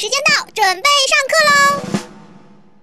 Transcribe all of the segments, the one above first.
准备上课喽！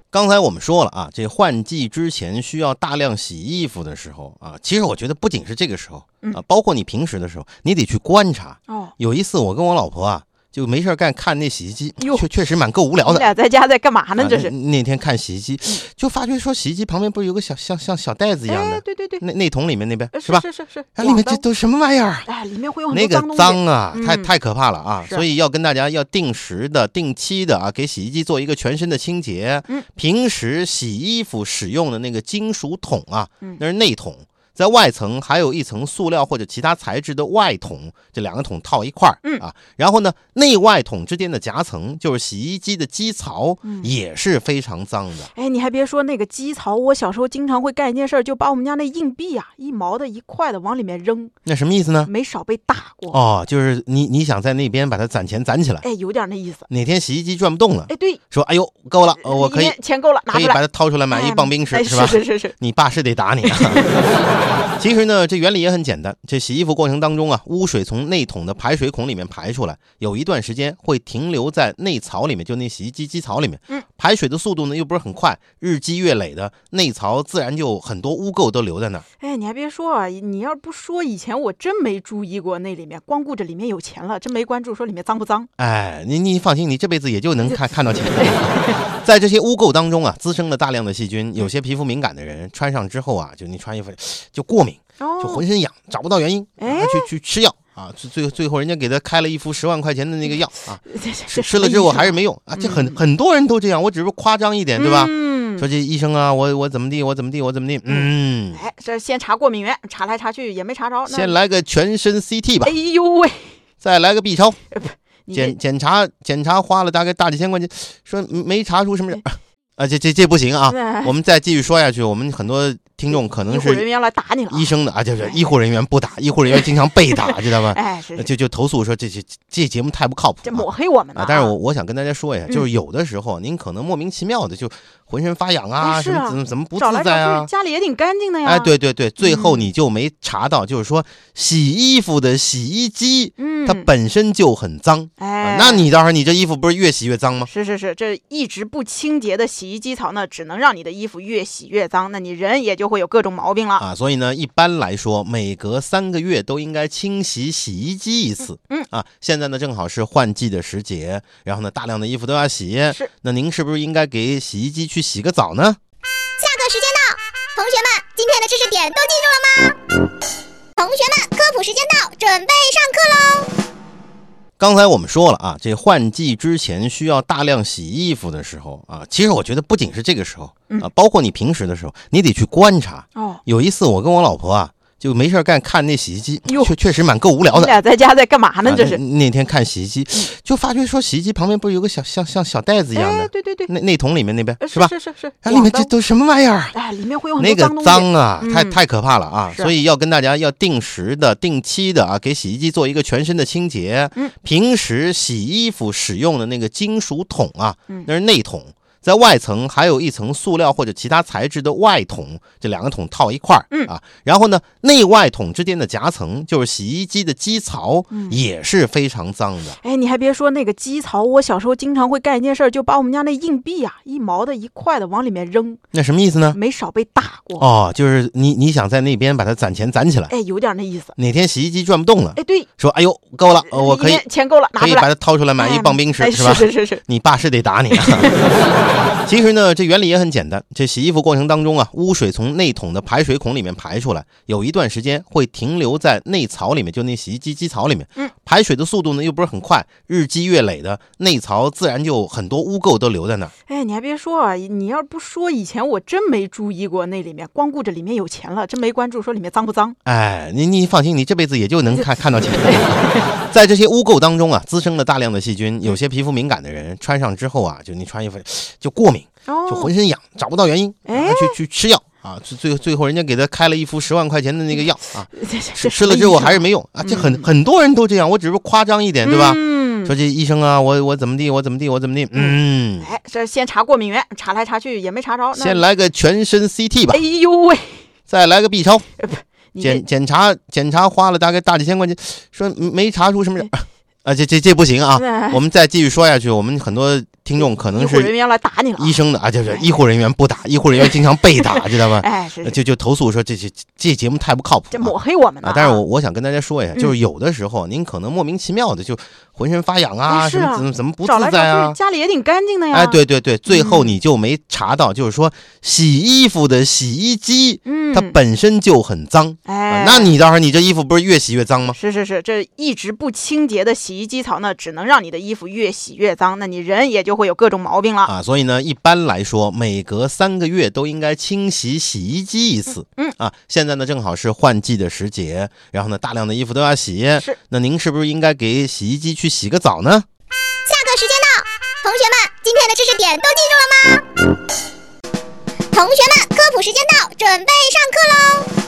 刚才我们说了啊，这换季之前需要大量洗衣服的时候啊，其实我觉得不仅是这个时候啊，嗯包括你平时的时候，你得去观察。哦，有一次我跟我老婆啊，就没事儿干看那洗衣机，哟确确实蛮够无聊你的。俩在家在干嘛呢？这啊是？嗯那那天看洗衣机，就发觉说洗衣机旁边不是有个小像像小袋子一样哎，的，对对对，那那桶里面那边呃是吧？是是是，哎，里面这这都什么玩意儿啊？哎，里面会有很那多个东西。脏啊，太嗯太可怕了啊！是所以要跟大家要定时的、定期的啊，给洗衣机做一个全身的清洁。嗯平时洗衣服使用的那个金属桶啊嗯，那是内桶，在外层还有一层塑料或者其他材质的外桶，这两个桶套一块儿嗯啊。然后呢，内外桶之间的夹层就是洗衣机的机槽，嗯也是非常脏的。哎，你还别说，那个鸡槽，我小时候经常会干一件事儿，就把我们家那硬币啊，一毛的、一块的往里面扔，那什么意思呢？没少被打啊过。哦，就是你你想在那边把它攒钱攒起来，哎，有点那意思。哪天洗衣机转不动了，哎，对，说哎呦够了，呃我可以里面钱够了，拿可以出把来。它掏出来买一哎棒冰哎室，是吧？是是是， 你爸是得打你、啊。 其实呢，这原理也很简单。这洗衣服过程当中啊，污水从内桶的排水孔里面排出来，有一段时间会停留在内槽里面，就那洗衣机机槽里面。嗯，排水的速度呢又不是很快，日积月累的，内槽自然就很多污垢都留在那儿。哎，你还别说啊，你要不说，以前我真没注意过那里面，光顾着里面有钱了，真没关注说里面脏不脏。哎，你你放心，你这辈子也就能看看到钱。 在这些污垢当中啊，滋生了大量的细菌。有些皮肤敏感的人穿上之后啊，就你穿衣服就过敏。就哦，浑身痒，找不到原因，哎然后去去吃药啊，最最最后人家给他开了一副十万块钱的那个药啊，这哎吃吃了之后还是没用啊，这很很多人都这样，我只是夸张一点，对吧？嗯，说这医生啊，我我怎么地，我怎么地，我怎么地，嗯，哎，这先查过敏源，查来查去也没查着。那先，来个全身 CT 吧哎，呦喂，再来个 B 超，你这检检查检查花了大概大几千块钱，说没查出什么事儿 啊，这这这不行啊，哎我们再继续说下去，我们很多听众可能医护人是员要来打你了啊。医生的啊，就是哎医护人员不打，医护人员经常被 打，知道吧？哎，是是呃就就投诉说这这这节目太不靠谱这了抹黑我们呢啊！但是我我想跟大家说一下，嗯就是有的时候您可能莫名其妙的就浑身发痒啊，哎什是么啊怎么怎么不找自来在找去，啊。家里也挺干净的呀。哎，，对对对，最后嗯你就没查到，就是说洗衣服的洗衣机嗯，它本身就很脏，啊哎，那你到时候你这衣服不是越洗越脏吗？是是是，这一直不清洁的洗衣机槽呢，只能让你的衣服越洗越脏，那你人也就会有各种毛病了。啊，所以呢，一般来说，每隔三个月都应该清洗洗衣机一次。嗯啊，现在呢正好是换季的时节，然后呢大量的衣服都要洗。是，那您是不是应该给洗衣机去洗个澡呢？下课时间到，同学们，今天的知识点都记住了吗？同学们，科普时间到，准备上课喽！刚才我们说了啊，这换季之前需要大量洗衣服的时候啊，其实我觉得不仅是这个时候嗯啊，包括你平时的时候，你得去观察。哦，有一次我跟我老婆啊，就没事儿干看那洗衣机，哟确确实蛮够无聊你的。俩在家在干嘛呢？啊这是？嗯那那天看洗衣机，就发觉说洗衣机旁边不是有个小像像小袋子一样哎，的，对对对，那那桶里面那边呃是吧？是是是，啊，里面广这东都什么玩意儿啊？哎，里面会有很那多个脏东脏西。啊，太嗯太可怕了啊！是所以要跟大家要定时的、定期的啊，给洗衣机做一个全身的清洁。嗯，平时洗衣服使用的那个金属桶啊嗯，那是内桶，在外层还有一层塑料或者其他材质的外桶，这两个桶套一块儿。嗯啊，然后呢，内外桶之间的夹层就是洗衣机的机槽，嗯也是非常脏的。哎，你还别说，那个鸡槽，我小时候经常会干一件事儿，就把我们家那硬币啊，一毛的、一块的往里面扔，那什么意思呢？没少被打过。哦，就是你你想在那边把它攒钱攒起来，哎，有点那意思。哪天洗衣机转不动了，哎，对，说哎呦够了，呃我里可以面钱够了，拿可以出把来。它掏出来买一哎棒冰室、哎是是吧？是是是， 你爸是得打你、啊。 其实呢，这原理也很简单。这洗衣服过程当中啊，污水从内桶的排水孔里面排出来，有一段时间会停留在内槽里面，就那洗衣机机槽里面。嗯，排水的速度呢又不是很快，日积月累的，内槽自然就很多污垢都留在那儿。哎，你还别说啊，你要不说，以前我真没注意过那里面，光顾着里面有钱了，真没关注说里面脏不脏。哎，你你放心，你这辈子也就能看看到钱。 在这些污垢当中啊，滋生了大量的细菌。有些皮肤敏感的人穿上之后啊，就你穿衣服就过敏，就哦，浑身痒，找不到原因，然后哎去去吃药啊，最最最后人家给他开了一副十万块钱的那个药啊，这这吃这吃了什么之后意思还是没用啊，这很很多人都这样，我只是夸张一点，对吧？嗯，说这医生啊，我我怎么地，我怎么地，我怎么地，嗯，哎，这先查过敏源，查来查去也没查着。那先，来个全身 CT 吧哎，呦喂，再来个 B 超，你这检检查检查花了大概大几千块钱，说没查出什么事儿啊，这这这不行啊！哎我们再继续说下去，我们很多听众可医能护人是员来哎打你了。医生的啊，就是医护人员不打，医护人员经常被 打，知道吗？哎，是是呃就就投诉说这这这节目太不靠谱这了抹黑我们呢、啊！但是我我想跟大家说一下，嗯就是有的时候您可能莫名其妙的就浑身发痒啊，哎是什啊么怎么怎么不找来自找在啊去，，家里也挺干净的呀。哎，，对对对，最后嗯你就没查到，就是说洗衣服的洗衣机嗯，它本身就很脏，哎啊，那你到时候你这衣服不是越洗越脏吗？是是是，这一直不清洁的洗衣机槽呢，只能让你的衣服越洗越脏，那你人也就会有各种毛病了。啊，所以呢，一般来说，每隔三个月都应该清洗洗衣机一次。嗯啊，现在呢正好是换季的时节，然后呢大量的衣服都要洗，是那您是不是应该给洗衣机去洗个澡呢？下课时间到，同学们，今天的知识点都记住了吗？同学们，科普时间到，准备上课喽！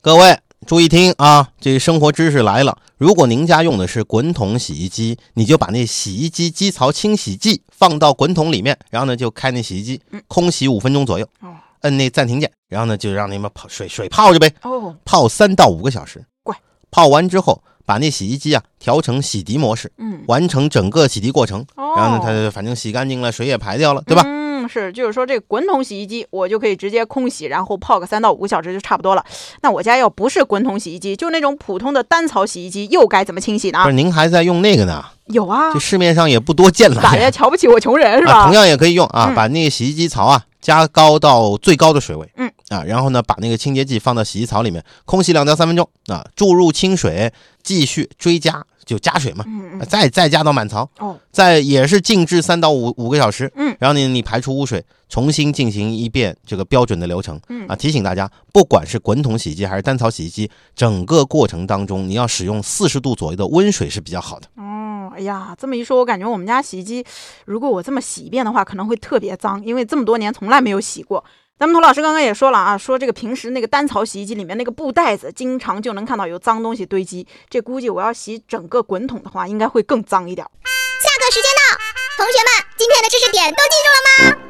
各位注意听啊，这生活知识来了。如果您家用的是滚筒洗衣机，你就把那洗衣机机槽清洗剂放到滚筒里面，然后呢就开那洗衣机嗯，空洗五分钟左右哦，摁那暂停键，然后呢就让你们泡水水泡着呗。哦，泡三到五个小时。乖，泡完之后，把那洗衣机啊调成洗涤模式，嗯，完成整个洗涤过程。哦，然后呢，它就反正洗干净了，水也排掉了，对吧？嗯，是，就是说这个滚筒洗衣机，我就可以直接空洗，然后泡个三到五个小时就差不多了。那我家要不是滚筒洗衣机，就那种普通的单槽洗衣机，又该怎么清洗呢不是，？您还在用那个呢？有啊这，市面上也不多见了。咋 呀？瞧不起我穷人是啊，吧同？样也可以用啊，嗯把那个洗衣机槽啊加高到最高的水位，嗯啊，然后呢把那个清洁剂放到洗衣槽里面，空洗两到三分钟啊，注入清水，继续追加，就加水嘛，嗯啊嗯，再再加到满槽，哦，再也是静置三到五五个小时，嗯然后呢你排出污水，重新进行一遍这个标准的流程，嗯啊，提醒大家，不管是滚筒洗衣机还是单槽洗衣机，整个过程当中你要使用四十度左右的温水是比较好的。哦，哎呀，这么一说，我感觉我们家洗衣机，如果我这么洗一遍的话，可能会特别脏，因为这么多年从来没有洗过。咱们涂老师刚刚也说了啊，说这个平时那个单槽洗衣机里面那个布袋子，经常就能看到有脏东西堆积。这估计我要洗整个滚筒的话，应该会更脏一点儿。下课时间到，同学们，今天的知识点都记住了吗？